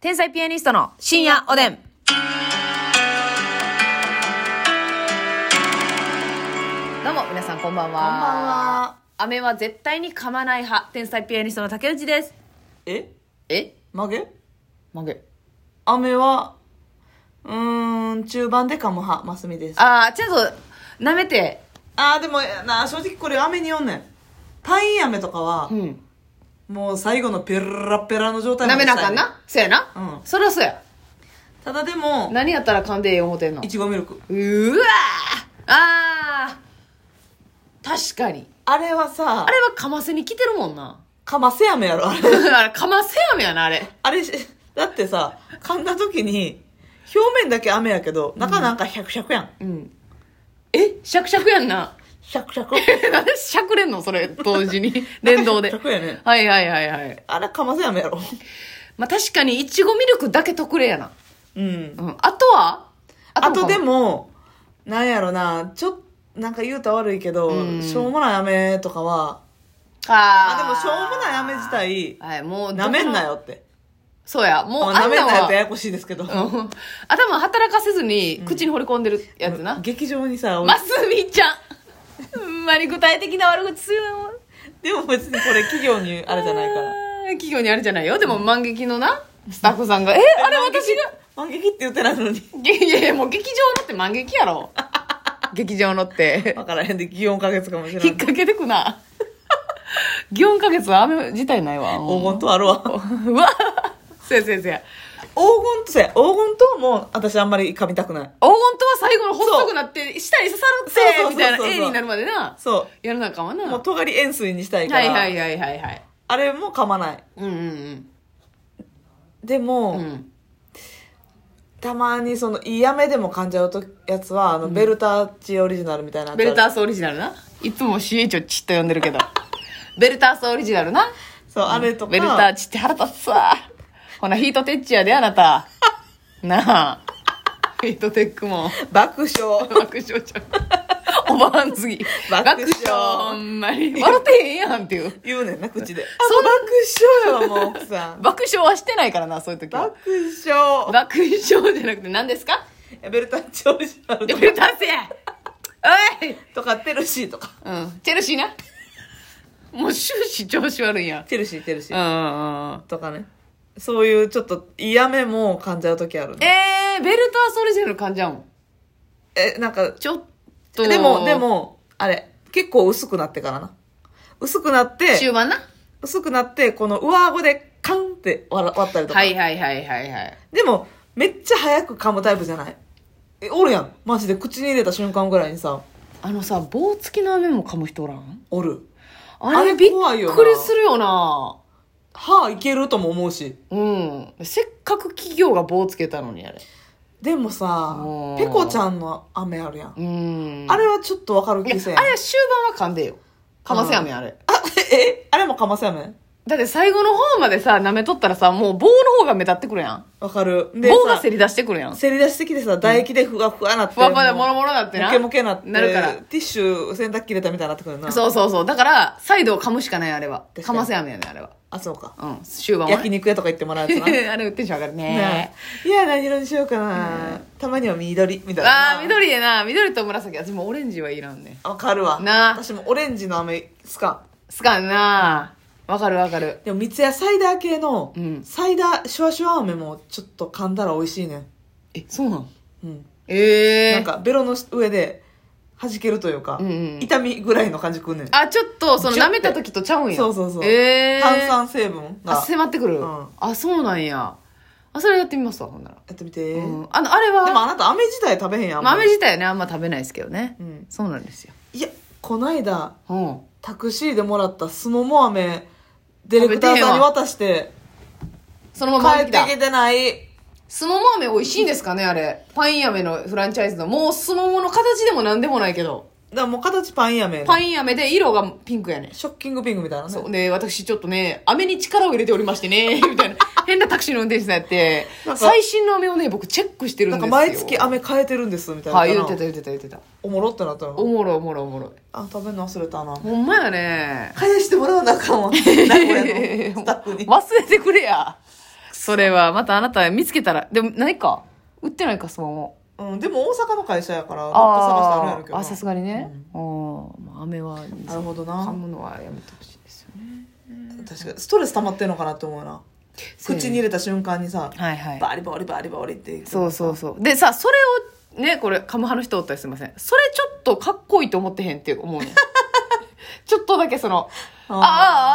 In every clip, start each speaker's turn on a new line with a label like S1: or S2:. S1: 天才ピアニストの深夜おでん。どうも、皆さんこんばんは。こんば
S2: んは。
S1: 飴は絶対に噛まない派、天才ピアニストの竹内です。
S2: え
S1: え
S2: 曲げ
S1: 曲げ。
S2: 雨は、うーん、中盤でかむは、ますみです。あ
S1: あー、ちょっと、舐めて。
S2: あー、でも、な、正直これ雨によんねん。パイン飴とかは、
S1: ん。
S2: もう最後のペラペラの状態
S1: 舐
S2: まで
S1: めなあかん
S2: したい
S1: な。そやな。
S2: うん
S1: そりゃそうや。
S2: ただでも、
S1: 何やったら噛んでええ思てんの
S2: いちごミルク。
S1: うわーあー確かに。
S2: あれはさ
S1: あ、れはかませに来てるもんな。
S2: かませ飴やろ、あ
S1: あ
S2: れ。
S1: れ、かませ飴やな、あれ。
S2: あれし、だってさ、噛んだ時に、表面だけ雨やけど、中なんかシャクシャクやん。
S1: うん。えシャクシャクやん な。
S2: シャクシャク。
S1: えなんでしゃくれんのそれ、同時 に。連動で。
S2: シャクやね。
S1: はいはいはいはい。
S2: あれかませ飴やろ。
S1: まあ、確かに、いちごミルクだけ特例やな。
S2: うん。
S1: うん。あとは
S2: あとで
S1: も。
S2: も、なんやろな、ちょっと、なんか言うたら悪いけど、
S1: うん
S2: しょうもない飴とかは、
S1: あ
S2: ま
S1: ー
S2: あでもしょうもない飴自。体、
S1: はい、もう、
S2: なめんな。よって。
S1: そうや、もう、
S2: まあ、なめん
S1: は
S2: なよってややこしいですけど。
S1: うん頭働かせずに口に掘り込んでるやつな、
S2: 劇場にさ、
S1: ますみちゃんほんまに具体的な悪口するの
S2: でも別にこれ企業にあれじゃないから。
S1: あー企業にあれじゃないよでも万劇のなスタッフさんが「えあれ私が
S2: 万劇って言ってない のに。」
S1: いやいやもう劇場のって万劇や ろ劇場のって
S2: わからへんで、祇園か月かもしれな
S1: 引っ
S2: い。
S1: 掛けてくな祇園か月は雨自体ないわ
S2: 黄金とあるわ。黄
S1: うわせやせやせや
S2: 金とせ、黄金とも私あんまり噛みたくない。
S1: 黄金とは最後の細くなって下に刺さる
S2: そうそう
S1: っ
S2: そう
S1: てみたいな
S2: そうそう
S1: A になるまでな
S2: そ
S1: やらなあかんわな
S2: う。もう尖り円錐にしたいか
S1: は
S2: ら。
S1: いはいはいはいはい。
S2: あれも噛まない。
S1: うんうん
S2: でも、
S1: うん。うん。
S2: たまにそのいい飴でも噛んじゃうとやつはあのベルタッチオリジナルみたいなやつあ
S1: ベ
S2: る
S1: ルタースオリジナルな。いつも CH をチッと呼んでる けど。ベルタースオリジナルな。
S2: そうあれとか
S1: ベルターチって腹立つわ。ほな、ヒートテッチやで、あなた。なあ。ヒートテックも。
S2: 爆笑
S1: 爆笑ちゃう。おばあん次。
S2: 爆笑
S1: ほんまに。笑ってへんやんっていう。
S2: 言うねんな口で
S1: そんな
S2: あ爆笑よもう奥さん
S1: 爆笑はしてないからな、そういう時は。
S2: 爆笑
S1: 爆笑じゃなくて何ですか
S2: ベルタッチオリジナル
S1: ベルタースやおい
S2: とかテルシーとか
S1: うん。チェルシーな。もう終始調子悪いやん。
S2: テルシーテルシ
S1: うん
S2: ー
S1: うんうん。
S2: とかねそういうちょっといい飴も噛んじゃう時あるね
S1: えー、ベルターソリジナル感じゃん。
S2: えなんか
S1: ちょっと。
S2: でもで、もあれ結構薄くなってからな薄くなって
S1: 終盤な。
S2: 薄くなってこの上顎でカンって割ら割ったりとか
S1: はいはいはいはいはい。
S2: でも、めっちゃ早く噛むタイプじゃない。え、おるやん。マジで口に入れた瞬間ぐらいにさ、
S1: あのさ、棒付きの飴も噛む人おらん
S2: おる。
S1: あ
S2: あ
S1: れ
S2: れ
S1: びっ
S2: 怖いよな
S1: くりするよな。
S2: 歯いけるとも思うし。
S1: うん。せっかく企業が棒つけたのにあれ。
S2: でもさ
S1: うん、
S2: ペコちゃんの飴あるやん。
S1: うん。
S2: あれはちょっとわかる
S1: いや
S2: 気せん。
S1: あれは終盤は噛んでえよ。噛ませ飴あれ。
S2: あえ、あれもかませ飴
S1: だって最後の方までさ、舐めとったらさ、もう棒の方が目立ってくるやん。
S2: わかる。で
S1: 棒が
S2: さ
S1: せ、り出してくるやん。
S2: せり出してきてさ、唾液でふわふわなって。
S1: ふわふわで
S2: も
S1: も
S2: う
S1: ろもろなってな。
S2: もけもけなって。
S1: なるから。
S2: ティッシュ、洗濯機入れたみたいになってくるな。
S1: そうそうそう。だから、サイドを噛むしかない、あれは。
S2: 確
S1: 噛
S2: かに
S1: ませ飴やね、あれは。
S2: あ、そうか。
S1: うん。終盤は
S2: 焼
S1: ね。
S2: 肉屋とか行ってもらうやつな。
S1: あれ、テンション上がる ね
S2: ね。いや、何色にしようかな。たまには緑、みたいな。
S1: ああ、緑でな、緑と紫。私もうオレンジはいらんね。
S2: わかるわ
S1: なあ
S2: 私もオレンジの飴すか
S1: すかんな。わかるわかる。
S2: でも三ツ矢サイダー系の、
S1: うん
S2: サイダーシュワシュワ飴もちょっと噛んだら美味しいね
S1: え、そうなの
S2: うん、
S1: ええ
S2: なんかベロの上で弾けるというか、
S1: うんうん
S2: 痛みぐらいの感じくんねん
S1: あ、ちょっと、その、
S2: ジュッ
S1: 舐めた時とちゃうんや。
S2: そうそうそう、
S1: ええ
S2: 炭酸成分
S1: あ、
S2: が
S1: 迫ってくる
S2: うん。
S1: あ、そうなんや。あ、それやってみますわ、ほんなら。
S2: やってみて、
S1: うん。あの、あれ
S2: でも
S1: は、
S2: あなた飴自体食べへんやんあん
S1: まあ
S2: ま
S1: 飴
S2: り
S1: 自体はね、あんま食べないですけどね
S2: う。ん、
S1: そうなんですよ。
S2: いやこないだ
S1: うん。
S2: タクシーでもらったスモモ飴ディレクターさんに渡して
S1: そのまま
S2: 帰
S1: 歩き
S2: って
S1: だ
S2: き。てない
S1: すもも飴美味しいんですかねあれ。パイン飴のフランチャイズの。もうすももの形でも何でもないけど。
S2: だからもう形パンやめ
S1: パイン飴で色がピンクやね。
S2: ショッキングピンクみたいなね
S1: そうね、私ちょっとね、飴に力を入れておりましてね、 みたいな。変なタクシーの運転手さんやって
S2: なん、か
S1: 最新の飴をね、僕チェックしてるん
S2: な
S1: で
S2: ん
S1: す
S2: か
S1: よ。
S2: 毎月飴変えてるんですみたいな
S1: はい、言ってた言ってた言ってた。
S2: おもろってなったの
S1: おもろいおもろいおもろい。
S2: あ食べるの忘れたな
S1: ほんまやね。
S2: 返してもらわなあかんわ名古屋のスタッフに
S1: 忘れてくれや。それは、またあなた見つけたら、でもないか。売ってないか、スマホ。
S2: うん、でも大阪の会社やから、どっか探してあるんや
S1: あ
S2: ろけ
S1: ー
S2: どな。
S1: あ、さすがにね。うん、まあ雨は、
S2: なるほど
S1: 噛
S2: な。
S1: むのはやめてほしいですよね。
S2: 確かに、ストレス溜まってんのかなって思うな。口に入れた瞬間にさ、
S1: はいはい。
S2: バリバリバリバリって。
S1: そうそうそう。でさ、それを、ね、これ、カム派の人おったらすいません。それちょっとかっこいいと思ってへんって思う ねん。ちょっとだけその、
S2: あー
S1: あ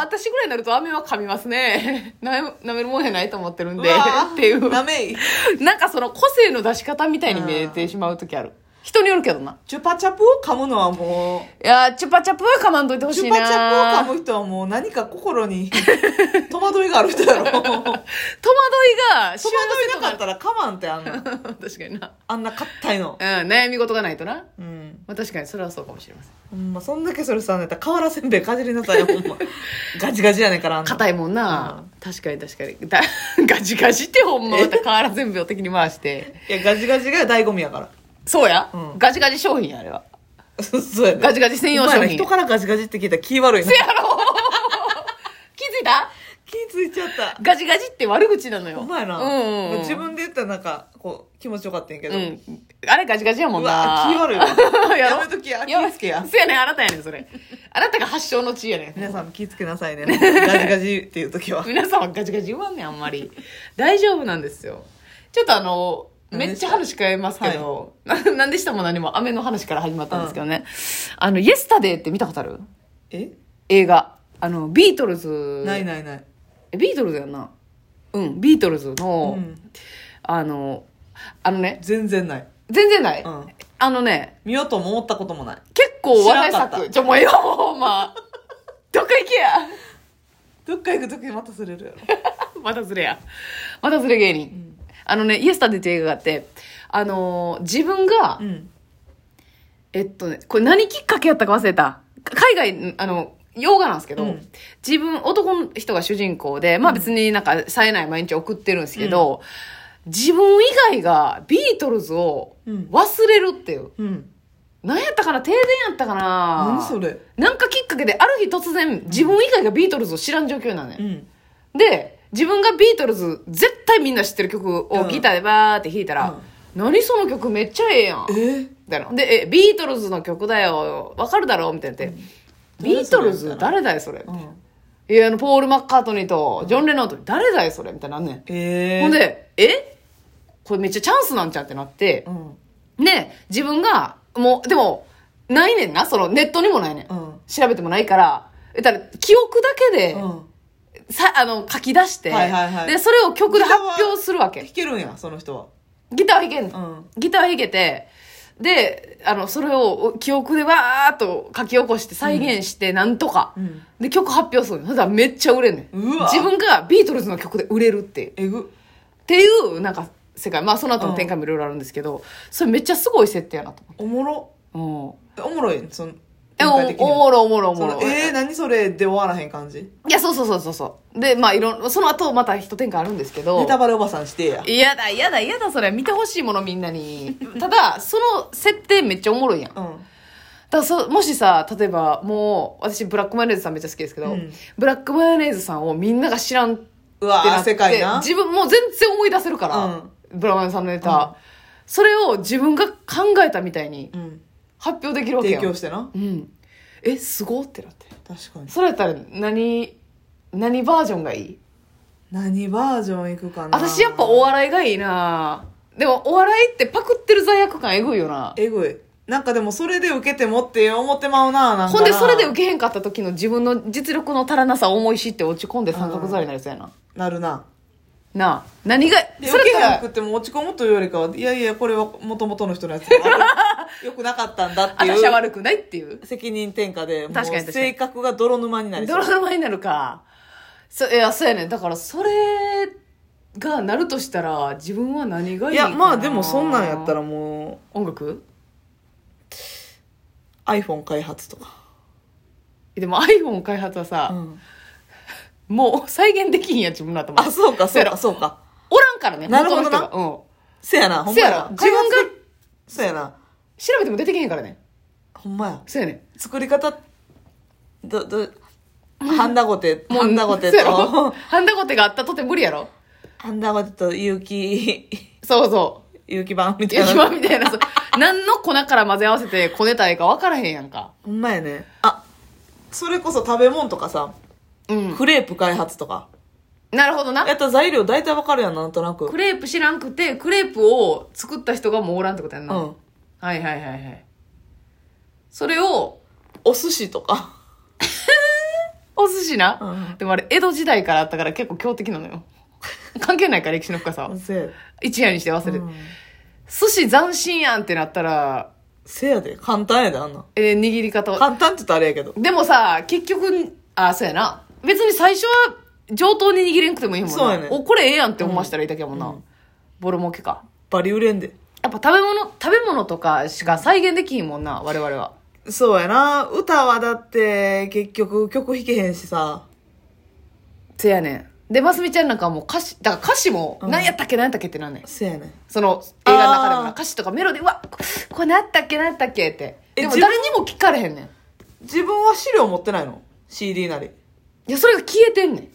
S1: あー、私ぐらいになると雨は噛みますね。 なめ、舐めるもんやないと思ってるん
S2: う
S1: で、
S2: わー。
S1: っていう。
S2: ダメい。
S1: なんかその個性の出し方みたいに見えてしまう時ある。人によるけどな。
S2: チュパチャプを噛むのはも
S1: いやー、チュパチャプは噛まんといて
S2: う、
S1: ほし
S2: チ
S1: い
S2: ュ
S1: な
S2: パチャプを噛む人はもう何か心に戸惑いがある 人やろ。戸惑
S1: 戸惑いが、幸せ
S2: いなかったら噛まんってあんな。
S1: となる 確かにな。
S2: あんな硬いの。
S1: うん、悩み事がないとな。
S2: うん。
S1: まあ確かにそれはそうかもしれません。
S2: ほんま、そんだけそれさ、ネタ瓦せんべいかじりな さいよ、ほんま。ガチガチやねんから、あんな。
S1: 硬いもんな、確かに確かにだ ガジガジってほんままた瓦全部を的に回して
S2: いや、ガジガジが醍醐味やから。
S1: そうや、
S2: うん
S1: ガジガジ商品やあれは
S2: そうやね。
S1: ガジガジ専用商
S2: お前ら
S1: 品
S2: 人からガジガジって聞いたら気悪いな。
S1: せやろ気づいた
S2: 気ついちゃった。
S1: ガジガジって悪口なのよ
S2: お前ら、
S1: うん、うん、
S2: 自分で言ったらなんか、こう、気持ちよかったんやけど。
S1: うんあれガジガジやもん
S2: う
S1: な
S2: わ、気悪いわ。
S1: や
S2: や
S1: ろ
S2: めときや。気
S1: や
S2: つけや。
S1: せやねんあなたやねんそれあなたが発祥の地やねん
S2: 皆さん気つけな さいね。ガジガジっていう時は。
S1: 皆さんはガチガチ言わんねんあんまり大丈夫なんですよちょっとあのめっちゃ話変えますけど、ななんでしたも何も雨の話から始まったんですけどね、あの「イエスタデー」って見たことある
S2: え
S1: 映画あのビートルズ
S2: ないないない。
S1: えビートルズやんなうんビートルズの、
S2: うん
S1: あのあのね
S2: 全然ない。
S1: 全然ない、
S2: うん
S1: あのね
S2: 見ようとも思ったこともない。
S1: 結構話題
S2: 知らんかっ
S1: 作
S2: た
S1: ちょもうええわもうほんまどっか行けや
S2: どっか行く時またすれるやろ。
S1: またずれや。またずれ芸人。あのね、イエスタデーって映画があって、あのー自分が、
S2: うん。
S1: えっとね、これ何きっかけやったか忘れた。か海外、んあの、洋画なんですけど、
S2: うん
S1: 自分、男の人が主人公で、まあ別になんか冴えない毎日送ってるんですけど、自分以外がビートルズを
S2: うん
S1: 忘れるっていう。
S2: うん。
S1: 何やったかな停電やったかな
S2: 何それ
S1: なんかきっかけで、ある日突然、自分以外がビートルズを知らん状況なのよ。
S2: うん。
S1: で、自分がビートルズ、絶対みんな知ってる曲をギターでバーって弾いたら、何その曲めっちゃええやん。み
S2: え
S1: たいな。で、え、ビートルズの曲だよ、わかるだろみたいなって。ビートルズ誰だよ、それ。
S2: うん。
S1: いや、あの、ポール・マッカートニーと、ジョン・レノンと、誰だよ、それみたいになんね
S2: え
S1: ん。
S2: ー。
S1: ほんで、えこれめっちゃチャンスなんちゃうってなって
S2: う、ん。
S1: で、自分が、もう、でも、ないねんな、その、ネットにもないねん。
S2: うん。
S1: 調べてもないから、えだから記憶だけで、
S2: うん。
S1: さあの書き出して、
S2: はいはいはい
S1: でそれを曲で発表するわ
S2: 弾
S1: け
S2: けるんや、その人は。
S1: ギター弾けんの、
S2: うん。
S1: ギター弾けてであのそれを記憶でわーっと書き起こして再現してなんとか、
S2: うん。
S1: で曲発表するのそしたらめっちゃ売れんねん
S2: うわ
S1: 自分がビートルズの曲で売れるっていう
S2: えぐ。
S1: っていうなんか世界まあその後の展開もいろいろあるんですけど、それめっちゃすごい設定やなと
S2: おもろ。
S1: 思って
S2: おもろいそ
S1: う
S2: の
S1: んえ
S2: 展開的に
S1: おお
S2: は
S1: もろおもろお
S2: そ
S1: も
S2: の
S1: ろ
S2: えー、何それで終わらへん感じ
S1: いやそうそうそうそうそうでまあいろんその後また一展開あるんですけど
S2: ネタバレおばさんしてや
S1: 嫌だ嫌だ嫌だそれ見てほしいものみんなにただその設定めっちゃおもろいやんだか
S2: うん
S1: らそもしさ例えばもう私ブラックマヨネーズさんめっちゃ好きですけど、
S2: うん
S1: ブラックマヨネーズさんをみんなが知らんって
S2: う
S1: な
S2: わ
S1: っ
S2: ー
S1: て
S2: 世界な
S1: 自分もう全然思い出せるから、ブラマヨさんのネタ、それを自分が考えたみたいに
S2: うん、
S1: 発表できるわけ
S2: 提
S1: やん
S2: 供、してな
S1: うん、えすごってなって
S2: 確かに
S1: それやったら何何バージョンがいい
S2: 何バージョンいくかな
S1: 私やっぱお笑いがいいなでもお笑いってパクってる罪悪感えぐいよな
S2: えぐいなんかでもそれで受けてもって思ってまうななんかな
S1: ほんでそれで受けへんかった時の自分の実力の足らなさを思い知って落ち込んで三角座りになりそうやな、
S2: なるな
S1: なあ何が
S2: で
S1: そ
S2: 受け
S1: れ
S2: へん
S1: やっ
S2: な
S1: た
S2: く
S1: ら
S2: っても落ち込むというよりかはいやいやこれはもともとの人のや つあれよくなかったんだってい
S1: 私は
S2: う
S1: 悪くないっていう
S2: 責任転嫁でもう
S1: 確かに確かに
S2: 性格が泥沼になりそう
S1: 泥沼になるかそいやそうやねんだからそれがなるとしたら自分は何がい
S2: い
S1: いか
S2: や
S1: な
S2: まあでもそんなんやったらもう
S1: 音楽
S2: iPhone 開発とか、
S1: でも iPhone 開発はさ、もう再現できひんや自分の頭
S2: あそうかそうかそうか
S1: おらんからね
S2: なるほどな
S1: 元の人がうん
S2: せやなほんま
S1: せや
S2: や
S1: ろ
S2: な
S1: 自分が
S2: 開発でせやな
S1: 調べても出てけへんからね
S2: ほんまや
S1: そうやね
S2: 作り方どどハンダゴテ
S1: んもう
S2: ハンダゴテ
S1: そうやろ
S2: と
S1: ハンダゴテがあったとて無理やろ
S2: アンダーバーと有機、
S1: そうそう。
S2: 有機版みたいな。
S1: 焼き場みたいな、そう何の粉から混ぜ合わせてこねたいか分からへんやんか。
S2: ほんまやね。あ、それこそ食べ物とかさ、
S1: うん。
S2: クレープ開発とか。
S1: なるほどな。
S2: やったら材料大体わかるやん、なんとなく。
S1: クレープ知らんくて、クレープを作った人がもうおらんってことやん
S2: う
S1: な。
S2: ん。
S1: はいはいはいはい。それを、
S2: お寿司とか。
S1: お寿司な。
S2: うん
S1: でもあれ、江戸時代からあったから結構強敵なのよ。関係ないから歴史の深さは。
S2: せや。
S1: 一夜にして忘れて。
S2: うん
S1: 寿司斬新やんってなったら、
S2: せやで。簡単やで、あんな。
S1: えー握り方は。
S2: 簡単って言ったらあれやけど。
S1: でもさ、結局、あ、そうやな。別に最初は上等に握れんくてもいいもんな。
S2: そうやね
S1: お、これええやんって思わしたらいいだけやもんな。ボロ儲けか。
S2: バリ売れんで。
S1: やっぱ食べ物、食べ物とかしか再現できひんもんな、我々は。
S2: そうやな。歌はだって、結局曲弾けへんしさ。
S1: せやねん。で、ますみちゃんなんかはもう歌詞、だから歌詞も、
S2: うん
S1: 何やったっけ何やったっけってなんねん。
S2: せやね。
S1: その映画の中でも
S2: あ
S1: な
S2: ー
S1: 歌詞とかメロディー、うわ、ここれ何やったっけ何やったっけって。
S2: え
S1: でも
S2: 自分
S1: 誰にも聞かれへんねん。
S2: 自分は資料持ってないの ?CD なり。
S1: いや、それが消えてんねん。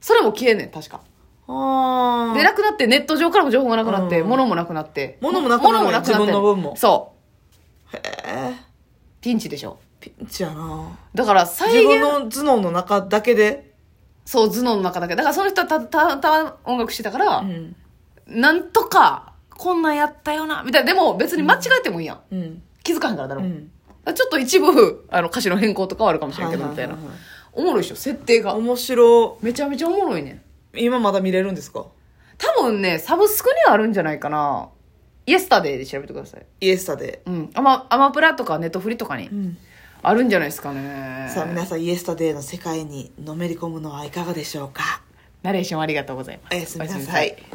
S1: それも消えんねん、確か。
S2: あ
S1: で、なくなって、ネット上からも情報がなくなって、
S2: うん
S1: 物もなくなって。
S2: 物もなくなる
S1: 物もって
S2: 自分の分も
S1: そう。
S2: へえ。
S1: ピンチでしょ。
S2: ピンチやな。
S1: だから、
S2: 自
S1: 再
S2: 分
S1: 現、
S2: の頭脳の中だけで。
S1: そう、頭脳の中だけ。だから、その人はた、た、た、音楽してたから、
S2: うん。
S1: なんとか、こんなんやったよな、みたいな。でも、別に間違えてもいいやん。
S2: うん。
S1: 気づかへんから、だ
S2: う
S1: ろ。だか
S2: ん。
S1: らちょっと一部、あの、歌詞の変更とかはあるかもしれんけど、みたいな。おもろいでしょ、設定が。
S2: 面白
S1: めちゃめちゃおもろいねん。
S2: い今まだ見れるんですか
S1: 多分ね、サブスクにはあるんじゃないかな。イエスタデイで調べてください。
S2: イエスタで、
S1: うん。アマ、アマプラとかネットフリとかにあるんじゃないですかね。
S2: さあ皆さんイエスタデーの世界にのめり込むのはいかがでしょうか
S1: ナレーションありがとうございます。
S2: おやすみな
S1: お
S2: さい
S1: やすみなさい。